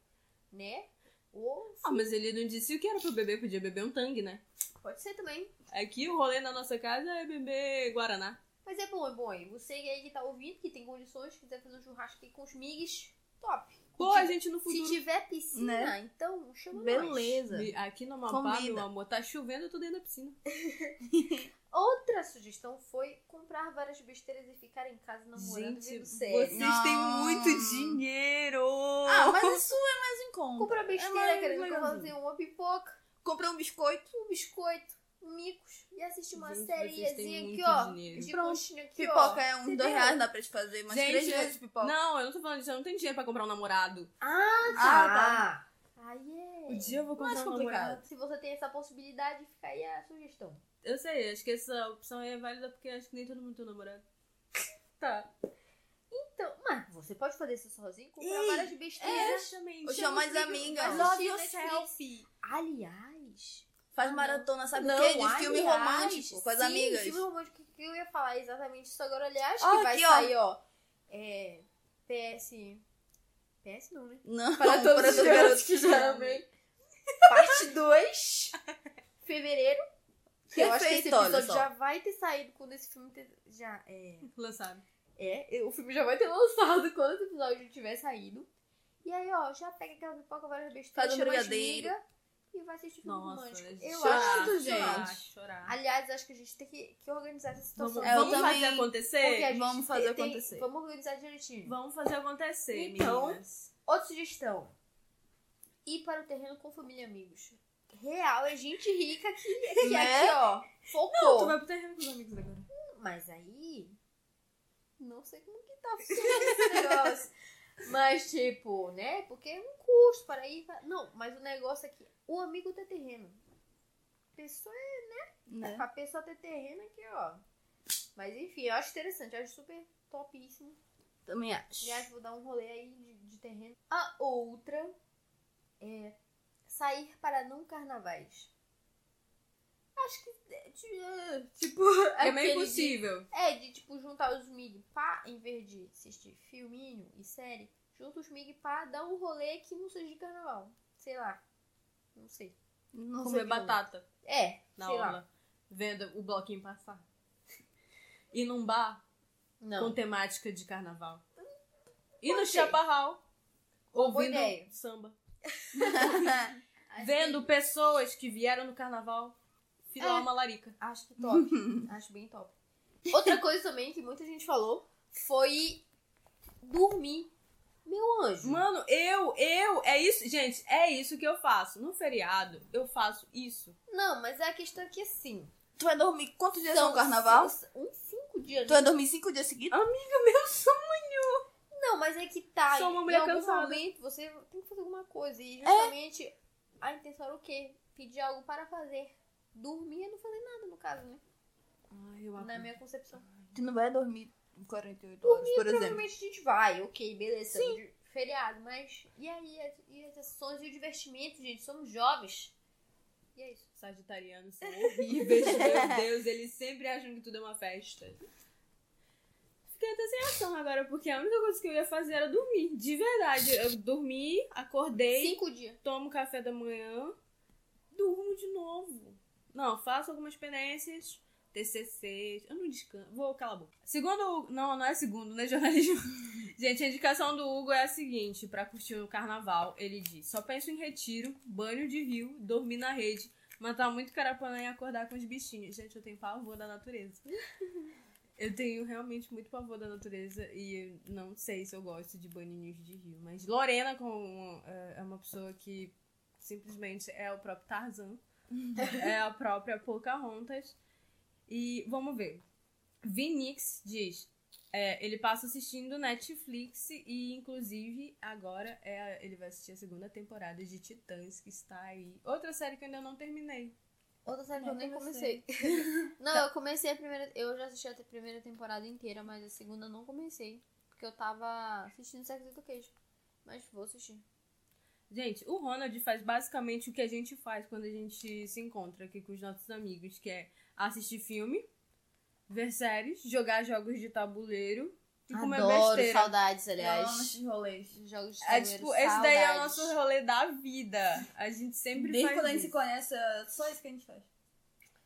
Speaker 3: né? Ou...
Speaker 2: Ah, mas ele não disse o que era pra beber, podia beber um tangue, né?
Speaker 3: Pode ser também.
Speaker 2: Aqui o rolê na nossa casa é beber Guaraná.
Speaker 3: Mas é bom, é bom aí. Você aí que tá ouvindo, que tem condições, quiser fazer um churrasco aqui com os migs, top.
Speaker 2: Pô, a gente no
Speaker 3: Se
Speaker 2: futuro.
Speaker 3: tiver piscina,
Speaker 1: Né?
Speaker 3: então chama nós.
Speaker 1: Beleza.
Speaker 2: Aqui no Amapá,
Speaker 1: Comida.
Speaker 2: meu amor, tá chovendo, eu tô dentro da piscina.
Speaker 3: Outra sugestão foi comprar várias besteiras e ficar em casa namorando
Speaker 2: gente,
Speaker 3: vendo
Speaker 2: vocês
Speaker 3: série.
Speaker 1: você-
Speaker 2: têm
Speaker 1: Não.
Speaker 2: muito dinheiro!
Speaker 1: Ah, mas isso é mais em conta.
Speaker 3: Comprar besteira,
Speaker 1: mais
Speaker 3: querendo que eu
Speaker 1: legalzinho.
Speaker 3: fazer uma pipoca.
Speaker 1: Comprei um biscoito.
Speaker 3: um biscoito, um micos e assistir uma
Speaker 2: Gente,
Speaker 3: sériezinha
Speaker 2: vocês têm
Speaker 3: aqui,
Speaker 2: muito
Speaker 3: ó.
Speaker 2: dinheiro.
Speaker 3: De
Speaker 1: Pronto.
Speaker 3: conchinha aqui,
Speaker 1: Pipoca
Speaker 3: ó.
Speaker 1: é uns
Speaker 3: Entendeu?
Speaker 1: dois reais, dá pra te fazer umas
Speaker 2: Gente,
Speaker 1: três
Speaker 2: eu-
Speaker 1: vezes pipoca.
Speaker 2: Não, eu não tô falando disso, eu não tenho dinheiro pra comprar um namorado.
Speaker 3: tá.
Speaker 1: Ah,
Speaker 3: Aí é.
Speaker 2: O dia eu vou comprar
Speaker 1: Mais
Speaker 2: um namorado.
Speaker 1: complicado.
Speaker 3: Se você tem essa possibilidade, fica aí a sugestão.
Speaker 2: Eu sei, acho que essa opção aí é válida porque acho que nem todo mundo tem um namorado.
Speaker 3: Tá. Então, mas você pode fazer isso sozinho, comprar
Speaker 1: Ei,
Speaker 3: várias besteiras.
Speaker 2: Exatamente.
Speaker 1: Ou chama as amigas.
Speaker 3: mas
Speaker 1: é. Love
Speaker 3: assistir
Speaker 1: yourself.
Speaker 3: Aliás,
Speaker 1: Faz
Speaker 3: Não.
Speaker 1: maratona, sabe
Speaker 3: não,
Speaker 1: o quê? De filme
Speaker 3: aliás,
Speaker 1: romântico com as
Speaker 3: sim,
Speaker 1: amigas.
Speaker 3: filme romântico que eu ia falar exatamente isso agora, aliás, que
Speaker 1: Ó,
Speaker 3: vai
Speaker 1: aqui, ó.
Speaker 3: sair, ó. É. PS. PS não, né?
Speaker 1: Não, [laughs]
Speaker 3: Para todos os garotos que já amei. Parte 2, fevereiro. Que eu acho que esse
Speaker 1: Perfeito, olha
Speaker 3: episódio
Speaker 1: só.
Speaker 3: já vai ter saído quando esse filme ter- já é,
Speaker 2: Lançado.
Speaker 3: é, eu- o filme já vai ter [laughs] lançado quando esse episódio tiver saído. E aí, ó, já pega aquela pipoca, várias besteiras,
Speaker 1: Faz um
Speaker 3: chama as
Speaker 1: brigadeiro. é
Speaker 3: migas e vai assistir filme
Speaker 2: Nossa,
Speaker 3: romântico.
Speaker 2: gente.
Speaker 3: Eu
Speaker 1: chorar,
Speaker 3: acho
Speaker 1: gente.
Speaker 3: sensacional.
Speaker 2: Chorar, chorar.
Speaker 3: Aliás, acho que a gente tem que, que organizar essa
Speaker 2: Vamos,
Speaker 3: situação.
Speaker 1: É, eu
Speaker 2: vamos
Speaker 1: também-
Speaker 2: fazer
Speaker 3: Porque a
Speaker 2: acontecer?
Speaker 3: gente
Speaker 1: Vamos fazer
Speaker 3: tem-
Speaker 1: acontecer.
Speaker 3: Vamos organizar direitinho.
Speaker 2: Vamos fazer acontecer,
Speaker 3: Então,
Speaker 2: meninas.
Speaker 3: Outra sugestão. ir para o terreno com família e amigos. Real, é gente rica que, que
Speaker 1: Né?
Speaker 3: aqui, ó,
Speaker 2: Não, tu
Speaker 3: focou.
Speaker 2: vai pro terreno com os amigos agora.
Speaker 3: Mas aí, não sei como que
Speaker 2: [laughs]
Speaker 3: tá funcionando esse negócio. Mas, tipo, né? Porque é um custo para ir. pra- Não, mas o negócio aqui, o amigo ter terreno. Pessoa é
Speaker 1: Né?
Speaker 3: pra pessoa ter terreno aqui, ó. Mas enfim, eu acho interessante, eu acho super topíssimo.
Speaker 1: Também acho.
Speaker 3: Aliás, vou dar um rolê aí de, de terreno. A outra é sair para não carnavais. Acho que. é, ti- Tipo.
Speaker 2: É meio
Speaker 3: aquele de-
Speaker 2: possível.
Speaker 3: é, de tipo juntar os mig pá, em vez de assistir filminho e série, junta os mig pá, dá um rolê que não seja de carnaval. Sei lá. Não sei.
Speaker 1: Não sei como.
Speaker 2: Comer batata
Speaker 3: É,
Speaker 2: na
Speaker 3: sei lá.
Speaker 2: aula. Vendo o bloquinho passar. Ir num bar com
Speaker 3: Não.
Speaker 2: temática de carnaval. Ir no
Speaker 3: Gostei.
Speaker 2: chaparral. Ouvindo
Speaker 3: ideia.
Speaker 2: samba.
Speaker 1: [laughs]
Speaker 3: Acho
Speaker 2: Vendo pessoas que vieram no carnaval filar
Speaker 3: É.
Speaker 2: uma larica.
Speaker 3: Acho que top. Acho bem top. Outra coisa também que muita gente falou foi dormir. Meu anjo.
Speaker 2: Mano, eu, eu, é isso, gente, é isso que eu faço. No feriado, eu faço isso.
Speaker 3: Não, mas a questão é que assim.
Speaker 1: Tu vai dormir quantos dias
Speaker 3: são
Speaker 1: no carnaval?
Speaker 3: c- Uns cinco dias.
Speaker 1: Tu vai dormir cinco dias seguidos?
Speaker 2: Meu sonho.
Speaker 3: Não, mas é que tá.
Speaker 2: Sou uma
Speaker 3: em
Speaker 2: mulher
Speaker 3: algum
Speaker 2: cansada.
Speaker 3: momento você tem que fazer alguma coisa. E
Speaker 1: É.
Speaker 3: justamente a intenção era o quê? Pedir algo para fazer. Dormir e não fazer nada, no caso, né?
Speaker 2: Ai, eu
Speaker 3: Na
Speaker 2: adoro.
Speaker 3: minha concepção.
Speaker 1: Tu não vai dormir 48 horas, por exemplo.
Speaker 3: Provavelmente a gente vai, ok, beleza. de Feriado, mas. E aí, as- e as ações e o divertimento, gente? Somos jovens. E é isso.
Speaker 2: Sagitarianos são horríveis, meu Deus, eles sempre acham que tudo é uma festa. Fiquei até sem ação agora, porque a única coisa que eu ia fazer era dormir, de verdade. Eu dormi, acordei,
Speaker 3: Cinco dias.
Speaker 2: tomo café da manhã, durmo de novo. Não, faço algumas pendências, TCC, eu não descanso, vou, cala a boca. Segundo, o- não, não é segundo, né, [laughs] jornalismo? Gente, a indicação do Hugo é a seguinte, pra curtir o carnaval, ele diz, só penso em retiro, banho de rio, dormir na rede, matar muito carapanã e acordar com os bichinhos. Gente, eu tenho pavor da natureza. Eu tenho realmente muito pavor da natureza e eu não sei se eu gosto de banhinhos de rio. Mas Lorena com, é é uma pessoa que simplesmente é o próprio Tarzan, [laughs] é a própria Pocahontas. E vamos ver. Vinix diz: é, ele passa assistindo Netflix e, inclusive, agora é a- ele vai assistir a segunda temporada de Titãs, que está aí. Outra série que eu ainda não terminei.
Speaker 3: Outra série que eu
Speaker 1: Não,
Speaker 3: nem
Speaker 1: comecei.
Speaker 3: comecei.
Speaker 2: [laughs] Tá.
Speaker 3: não, eu comecei a primeira. Eu já assisti a te- primeira temporada inteira, mas a segunda eu não comecei. Porque eu tava assistindo Sex Education. Mas vou assistir.
Speaker 2: Gente, o Ronald faz basicamente o que a gente faz quando a gente se encontra aqui com os nossos amigos, que é assistir filme, ver séries, jogar jogos de tabuleiro e comer besteira.
Speaker 3: saudades,
Speaker 1: Eu amo
Speaker 3: aliás.
Speaker 1: esses é rolês.
Speaker 3: Jogos de
Speaker 2: É,
Speaker 3: tabuleiro,
Speaker 2: tipo, esse daí é o
Speaker 3: saudades.
Speaker 2: nosso rolê da vida. A gente sempre
Speaker 1: Desde
Speaker 2: faz
Speaker 1: quando a gente
Speaker 2: isso.
Speaker 1: se conhece, é só isso que a gente faz.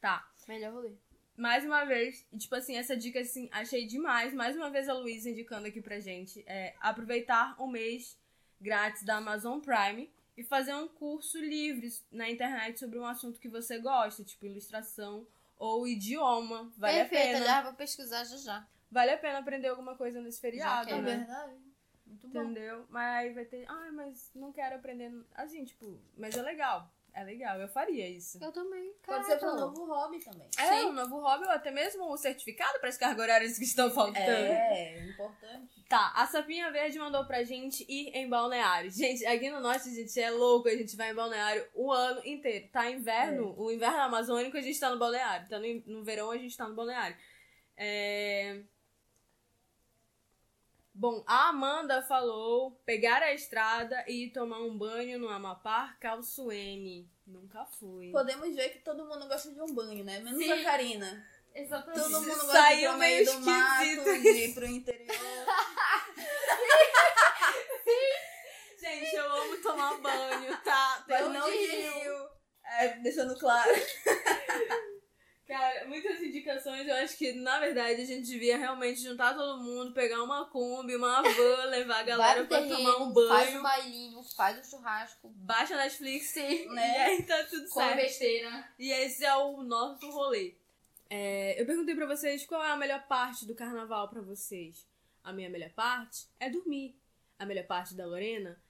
Speaker 2: Tá.
Speaker 3: Melhor rolê.
Speaker 2: Mais uma vez, e, tipo assim, essa dica, assim, achei demais. Mais uma vez a Luísa indicando aqui pra gente. É aproveitar o mês grátis da Amazon Prime e fazer um curso livre na internet sobre um assunto que você gosta, tipo ilustração ou idioma. Vale
Speaker 3: Perfeito,
Speaker 2: a pena.
Speaker 3: aliás, vou pesquisar já já.
Speaker 2: Vale a pena aprender alguma coisa nesse feriado,
Speaker 3: quero. Tá
Speaker 2: né?
Speaker 1: é verdade. Muito bom.
Speaker 2: Entendeu? Mas aí vai ter. Ai, mas não quero aprender. Assim, tipo, mas é legal. É legal, eu faria isso.
Speaker 3: Eu também.
Speaker 1: Pode
Speaker 3: Caraca,
Speaker 1: ser pra um novo hobby também.
Speaker 2: É, um novo hobby ou até mesmo o certificado para as cargas horárias que estão faltando.
Speaker 1: É, importante.
Speaker 2: Tá, a Sapinha Verde mandou pra gente ir em balneário. [laughs] Gente, aqui no norte a gente é louco, a gente vai em balneário o ano inteiro. Tá
Speaker 1: É.
Speaker 2: inverno, o inverno amazônico a gente tá no balneário. Tá no, in- no verão a gente tá no balneário. É... Bom, a Amanda falou pegar a estrada e ir tomar um banho no Amapá Calçuene. Nunca fui.
Speaker 1: Podemos ver que todo mundo gosta de um banho, né? Menos a Karina.
Speaker 3: Exatamente.
Speaker 1: Todo mundo gosta de ir
Speaker 2: Saiu
Speaker 1: pro
Speaker 2: meio
Speaker 1: meio do mato,
Speaker 2: esquisito.
Speaker 1: de ir pro [laughs] interior.
Speaker 2: Gente, eu amo tomar banho, tá?
Speaker 1: Mas
Speaker 2: Eu
Speaker 1: não de rio. É, deixando claro.
Speaker 2: Cara, muitas indicações. Eu acho que, na verdade, a gente devia realmente juntar todo mundo, pegar uma
Speaker 3: [laughs]
Speaker 2: Kombi, uma van, levar a
Speaker 3: Vai
Speaker 2: galera
Speaker 3: pro
Speaker 2: pra
Speaker 3: terreno,
Speaker 2: tomar um
Speaker 3: Faz um
Speaker 2: banho,
Speaker 3: bailinho, faz um churrasco,
Speaker 2: baixa a Netflix
Speaker 1: Né?
Speaker 2: [laughs] e aí tá tudo
Speaker 3: come
Speaker 2: certo.
Speaker 3: besteira.
Speaker 2: E esse é o nosso rolê. É, eu perguntei pra vocês qual é a melhor parte do carnaval pra vocês. A minha melhor parte é dormir. A melhor parte da Lorena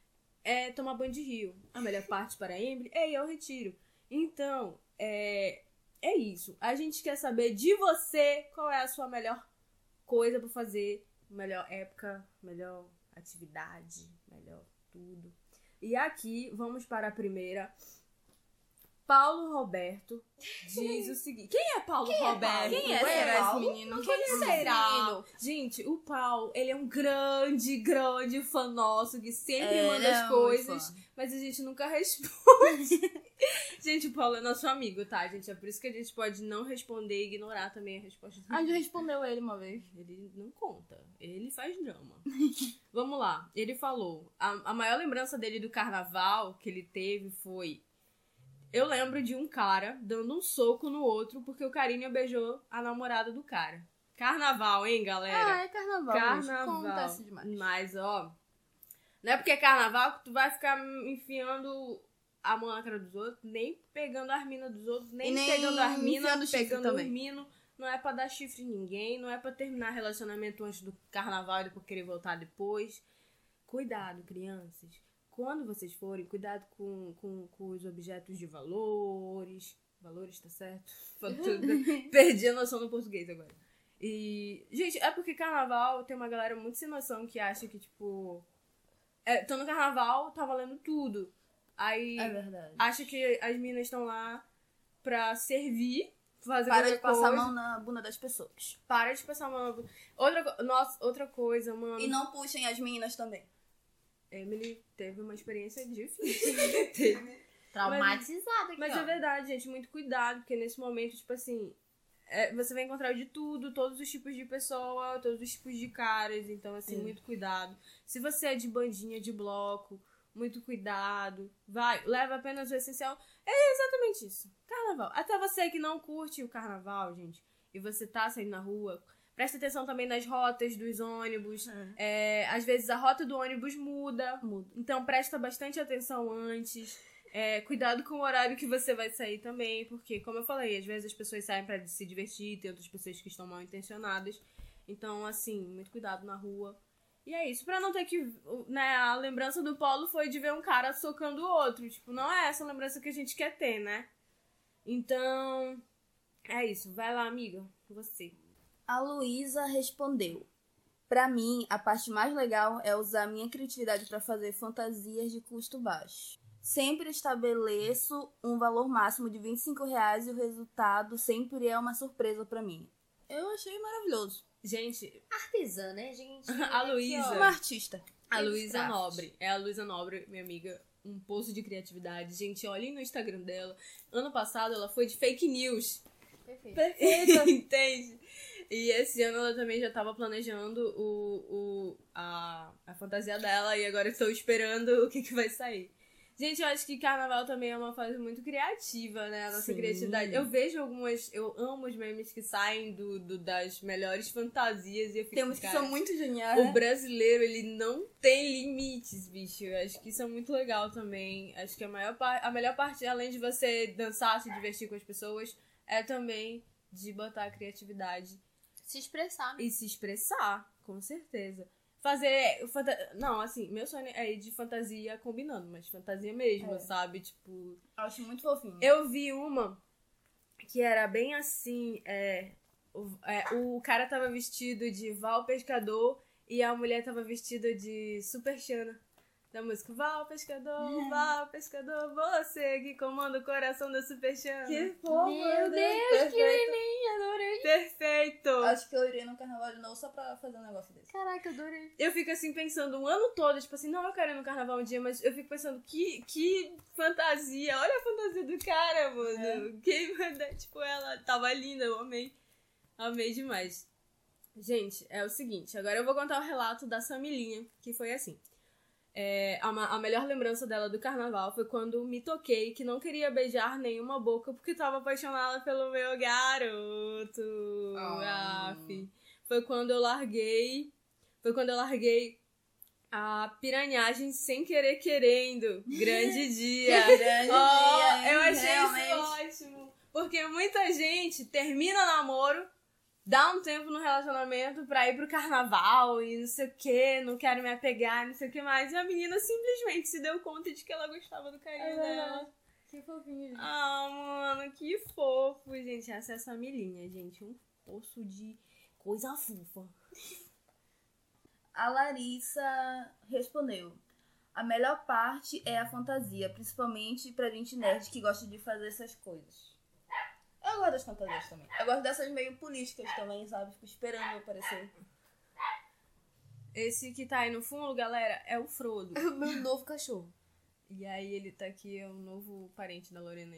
Speaker 2: é tomar banho de rio. A [laughs] melhor parte para a Emily é ir ao retiro. Então, é, é isso. A gente quer saber de você qual é a sua melhor coisa para fazer, melhor época, melhor atividade, melhor tudo. E aqui vamos para a primeira. Paulo [laughs] Roberto diz o seguinte. Quem é Paulo Roberto?
Speaker 1: Quem é
Speaker 2: Era
Speaker 1: Paulo?
Speaker 2: esse menino? Quem
Speaker 1: conheço esse
Speaker 2: será?
Speaker 1: menino.
Speaker 2: é Gente, o Paulo, ele é um grande, grande fã nosso que sempre
Speaker 1: Ele
Speaker 2: manda
Speaker 1: é
Speaker 2: as
Speaker 1: muito
Speaker 2: coisas,
Speaker 1: fã.
Speaker 2: mas a gente nunca [laughs] responde. gente, o Paulo é nosso amigo, tá, gente? É por isso que a gente pode não responder e ignorar também a resposta do
Speaker 4: A gente respondeu ele uma vez.
Speaker 2: ele não conta. Ele faz drama. [laughs] Vamos lá. Ele falou. A, a maior lembrança dele do carnaval que ele teve foi. Eu lembro de um cara dando um soco no outro porque o carinha beijou a namorada do cara. Carnaval, hein, galera?
Speaker 4: Ah, é carnaval.
Speaker 2: carnaval.
Speaker 4: Luiz. Acontece demais.
Speaker 2: Mas, ó. Não é porque é carnaval que tu vai ficar enfiando a mão na cara dos outros, nem pegando as minas dos outros,
Speaker 1: E
Speaker 2: nem,
Speaker 1: nem
Speaker 2: pegando as
Speaker 4: enfiando
Speaker 2: minas,
Speaker 4: chifre
Speaker 2: pegando os
Speaker 4: também.
Speaker 2: mino. Não é pra dar chifre em ninguém, não é pra terminar relacionamento antes do carnaval e depois querer voltar depois. Cuidado, crianças. Quando vocês forem, cuidado com, com, com os objetos de valores. Valores, tá certo?
Speaker 4: [laughs]
Speaker 2: Falei tudo. Perdi a noção do português agora. E, gente, é porque carnaval tem uma galera muito sem noção que acha que, tipo. É, tô no carnaval, tá valendo tudo. Aí
Speaker 4: É verdade.
Speaker 2: acha que as minas estão lá pra servir, fazer
Speaker 4: Para de
Speaker 2: qualquer
Speaker 4: passar a
Speaker 2: coisa.
Speaker 4: mão na bunda das pessoas.
Speaker 2: Para de passar a mão. Outra, co- nossa, outra coisa, mano.
Speaker 1: E não puxem as meninas também.
Speaker 2: Emily teve uma experiência difícil. teve.
Speaker 3: Traumatizada aqui,
Speaker 2: Mas
Speaker 3: ó.
Speaker 2: é verdade, gente, muito cuidado, porque nesse momento, tipo assim, é, você vai encontrar de tudo, todos os tipos de pessoa, todos os tipos de caras, então, assim, muito cuidado. Se você é de bandinha, de bloco, muito cuidado. Vai, leva apenas o essencial. É exatamente isso. Carnaval. Até você que não curte o carnaval, gente, e você tá saindo na rua, presta atenção também nas rotas dos ônibus. É, às vezes a rota do ônibus muda.
Speaker 4: Muda.
Speaker 2: Então presta bastante atenção antes. É, cuidado com o horário que você vai sair também, porque, como eu falei, às vezes as pessoas saem pra se divertir, tem outras pessoas que estão mal intencionadas. Então, assim, muito cuidado na rua. E é isso, pra não ter que. Né, a lembrança do Paulo foi de ver um cara socando o outro. Tipo, não é essa a lembrança que a gente quer ter, né? Então. É isso, vai lá, amiga. Você.
Speaker 1: A Luísa respondeu. Pra mim, a parte mais legal é usar a minha criatividade pra fazer fantasias de custo baixo. Sempre estabeleço um valor máximo de R$ 25 reais e o resultado sempre é uma surpresa pra mim. Eu achei maravilhoso.
Speaker 2: Gente,
Speaker 3: Artesã, né, gente?
Speaker 2: [laughs] a Luísa.
Speaker 1: Uma artista.
Speaker 2: A
Speaker 3: Eles
Speaker 2: Luísa
Speaker 3: crafts.
Speaker 2: Nobre. É a Luísa Nobre, minha amiga. Um poço de criatividade. Gente, olhem no Instagram dela. Ano passado ela foi de fake news.
Speaker 3: Perfeito.
Speaker 2: Perfeita. [laughs] Entende? E esse ano ela também já tava planejando o, o, a, a fantasia dela e agora estou esperando o que, que vai sair. Gente, eu acho que carnaval também é uma fase muito criativa, né? A nossa
Speaker 1: Sim.
Speaker 2: criatividade. Eu vejo algumas. Eu amo os memes que saem do, do- das melhores fantasias e eu fico.
Speaker 1: Temos que
Speaker 2: cara,
Speaker 1: são muito geniais. né?
Speaker 2: o brasileiro, ele não tem limites, bicho. Eu acho que isso é muito legal também. Acho que a, maior par- a melhor parte, além de você dançar, se divertir com as pessoas, é também de botar a criatividade
Speaker 3: Se expressar, né?
Speaker 2: e se expressar, com certeza. Fazer. fanta- Não, assim, meu sonho é ir de fantasia combinando, mas fantasia mesmo,
Speaker 1: É.
Speaker 2: sabe? Tipo,
Speaker 1: Acho muito fofinho.
Speaker 2: eu vi uma que era bem assim. É, o, é, o cara tava vestido de Val Pescador e a mulher tava vestida de Super Xana. Da música Val
Speaker 1: É.
Speaker 2: Pescador, Val Pescador, você que comanda o coração da Super Xana.
Speaker 1: Que fofo,
Speaker 3: Meu
Speaker 1: Deus, que
Speaker 3: adorei.
Speaker 2: Perfeito!
Speaker 1: Acho que eu iria no carnaval de novo só pra fazer um negócio desse.
Speaker 3: Caraca, adorei.
Speaker 2: Eu fico assim pensando um ano todo, tipo assim, não, eu quero ir no carnaval um dia, mas eu fico pensando que, que fantasia, olha a fantasia do cara, mano. Que, [laughs] tipo, ela tava linda, eu amei. Amei demais. Gente, é o seguinte, agora eu vou contar o relato da Samilinha, que foi assim. É, a, ma- a melhor lembrança dela do carnaval foi quando me toquei que não queria beijar nenhuma boca porque tava apaixonada pelo meu garoto.
Speaker 1: Ah.
Speaker 2: Aff. Foi quando eu larguei. Foi quando eu larguei a piranhagem sem querer querendo.
Speaker 1: [laughs]
Speaker 2: Grande dia!
Speaker 1: Grande
Speaker 2: Oh,
Speaker 1: dia, hein?
Speaker 2: eu achei
Speaker 1: Realmente.
Speaker 2: isso ótimo. Porque muita gente termina namoro dá um tempo no relacionamento pra ir pro carnaval e não sei o que, não quero me apegar, não sei o que mais. E a menina simplesmente se deu conta de que ela gostava do carinho
Speaker 1: É
Speaker 2: dela.
Speaker 1: Que fofinho, gente.
Speaker 2: Ah, mano, que fofo, gente. Essa é essa milinha, gente. Um poço de coisa fofa.
Speaker 4: A Larissa respondeu: A melhor parte é a fantasia, principalmente pra gente nerd que gosta de fazer essas coisas.
Speaker 1: Eu gosto das fantasias também. Eu gosto dessas meio políticas também, sabe? Fico esperando aparecer.
Speaker 2: Esse que tá aí no fundo, galera, é o Frodo.
Speaker 3: [laughs] O meu novo cachorro.
Speaker 2: E aí ele tá aqui, é um novo parente da Lorena.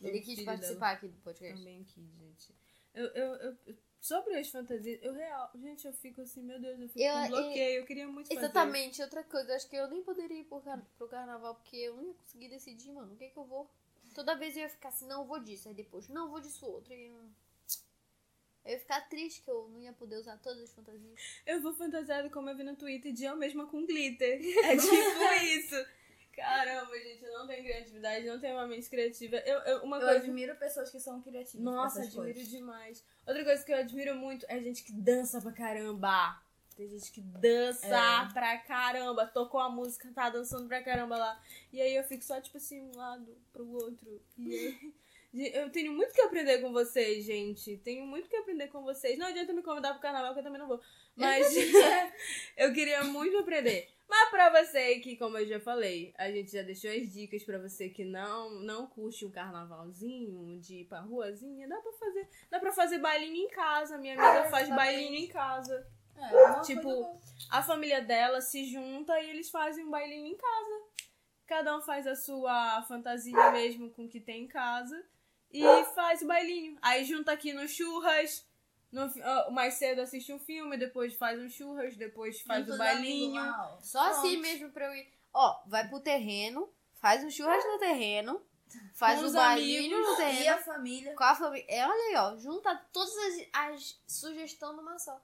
Speaker 3: Ele quis participar aqui do podcast.
Speaker 2: Também aqui, gente. Eu, eu, eu- eu- sobre as fantasias, eu real, gente, eu fico assim, meu Deus, eu fico
Speaker 3: Eu-
Speaker 2: com bloqueio, eu queria muito fazer.
Speaker 3: Exatamente, outra coisa. Acho que eu nem poderia ir pro, car- pro carnaval, porque eu não ia conseguir decidir, mano, o que que eu vou. Toda vez eu ia ficar assim, não, eu vou disso. Aí depois, não, eu vou disso outro. E... hum, Eu ia ficar triste que eu não ia poder usar todas as fantasias.
Speaker 2: Eu vou fantasiada como eu vi no Twitter de eu mesma
Speaker 3: [laughs]
Speaker 2: com glitter. É tipo isso. Caramba, gente, eu não tenho criatividade, não tenho uma mente criativa. Eu, eu- uma
Speaker 1: Eu
Speaker 2: coisa
Speaker 1: admiro pessoas que são criativas. com
Speaker 2: Nossa,
Speaker 1: essas
Speaker 2: admiro
Speaker 1: coisas.
Speaker 2: demais. Outra coisa que eu admiro muito é gente que dança pra caramba. Tem gente que dança
Speaker 1: É.
Speaker 2: pra caramba, tocou a música, tá dançando pra caramba lá. E aí eu fico só, tipo assim, um lado pro outro. E aí- [laughs] Gente, eu tenho muito que aprender com vocês, gente. Tenho muito que aprender com vocês. Não adianta me convidar pro carnaval, que eu também não vou. Mas eu queria muito aprender. Mas pra você que, como eu já falei, a gente já deixou as dicas pra você que não não curte um carnavalzinho, de ir pra ruazinha, dá pra fazer, dá para fazer bailinho em casa. Minha amiga faz bailinho em casa.
Speaker 1: É, é uma
Speaker 2: Tipo,
Speaker 1: coisa boa.
Speaker 2: A família dela se junta e eles fazem um bailinho em casa. Cada um faz a sua fantasia mesmo com o que tem em casa e faz o bailinho. Aí junta aqui no churras, no fi- ah, mais cedo assiste um filme, depois faz um churras, depois faz
Speaker 1: Junto
Speaker 2: o
Speaker 1: os
Speaker 2: bailinho.
Speaker 1: amigos lá, ó.
Speaker 3: Só assim mesmo pra eu ir. Ó, vai pro terreno, faz um churras no terreno, faz
Speaker 2: Com
Speaker 3: um
Speaker 2: os
Speaker 3: bailinho no
Speaker 1: E
Speaker 3: terreno.
Speaker 1: a família.
Speaker 3: Com a família. É, olha aí, ó. Junta todas as, as sugestões numa só.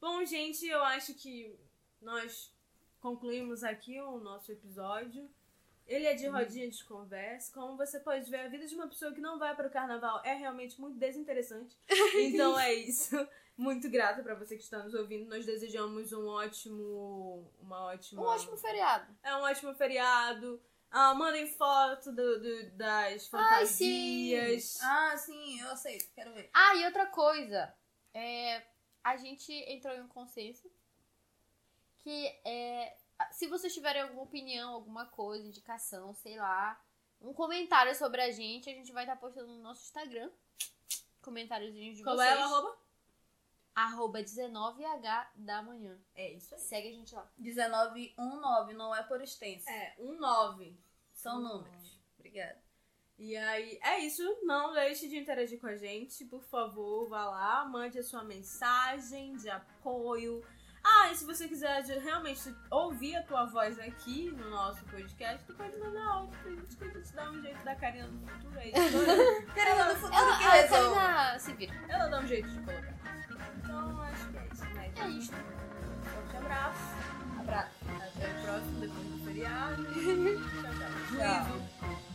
Speaker 2: Bom, gente, eu acho que nós concluímos aqui o nosso episódio. Ele é de rodinha de conversa. Como você pode ver, a vida de uma pessoa que não vai para o carnaval é realmente muito desinteressante. Então é isso. Muito grata para você que está nos ouvindo. Nós desejamos um ótimo, uma
Speaker 3: Um
Speaker 2: ótima,
Speaker 3: ótimo feriado.
Speaker 2: é um ótimo feriado. Ah, mandem foto do, do- das fantasias.
Speaker 1: Ah, sim, eu aceito. Quero ver.
Speaker 3: Ah, e outra coisa. É, a gente entrou em um consenso que é, se vocês tiverem alguma opinião, alguma coisa, indicação, sei lá, um comentário sobre a gente, a gente vai estar postando no nosso Instagram. Comentáriozinhos de
Speaker 2: Qual
Speaker 3: vocês.
Speaker 2: é o arroba?
Speaker 3: Arroba 19h da manhã.
Speaker 1: É isso aí.
Speaker 3: Segue a gente lá.
Speaker 1: 1919, não é por extenso.
Speaker 2: É, um nove.
Speaker 1: São números. Obrigada.
Speaker 2: E aí, é isso. Não deixe de interagir com a gente, por favor. Vá lá, mande a sua mensagem de apoio. Ah, e se você quiser de- realmente ouvir a tua voz aqui no nosso podcast, tu pode mandar áudio pra gente que a gente dá um jeito da Karina no futuro aí.
Speaker 1: Querida do futuro que
Speaker 3: Ah, a
Speaker 1: resolve.
Speaker 3: Karina se vira.
Speaker 2: Ela dá um jeito de colocar. Então, acho que é isso, né?
Speaker 3: É isso.
Speaker 2: Um forte abraço. Abraço. Até o próximo, depois do feriado. Tchau, tchau.
Speaker 1: Tchau.
Speaker 2: Juízo.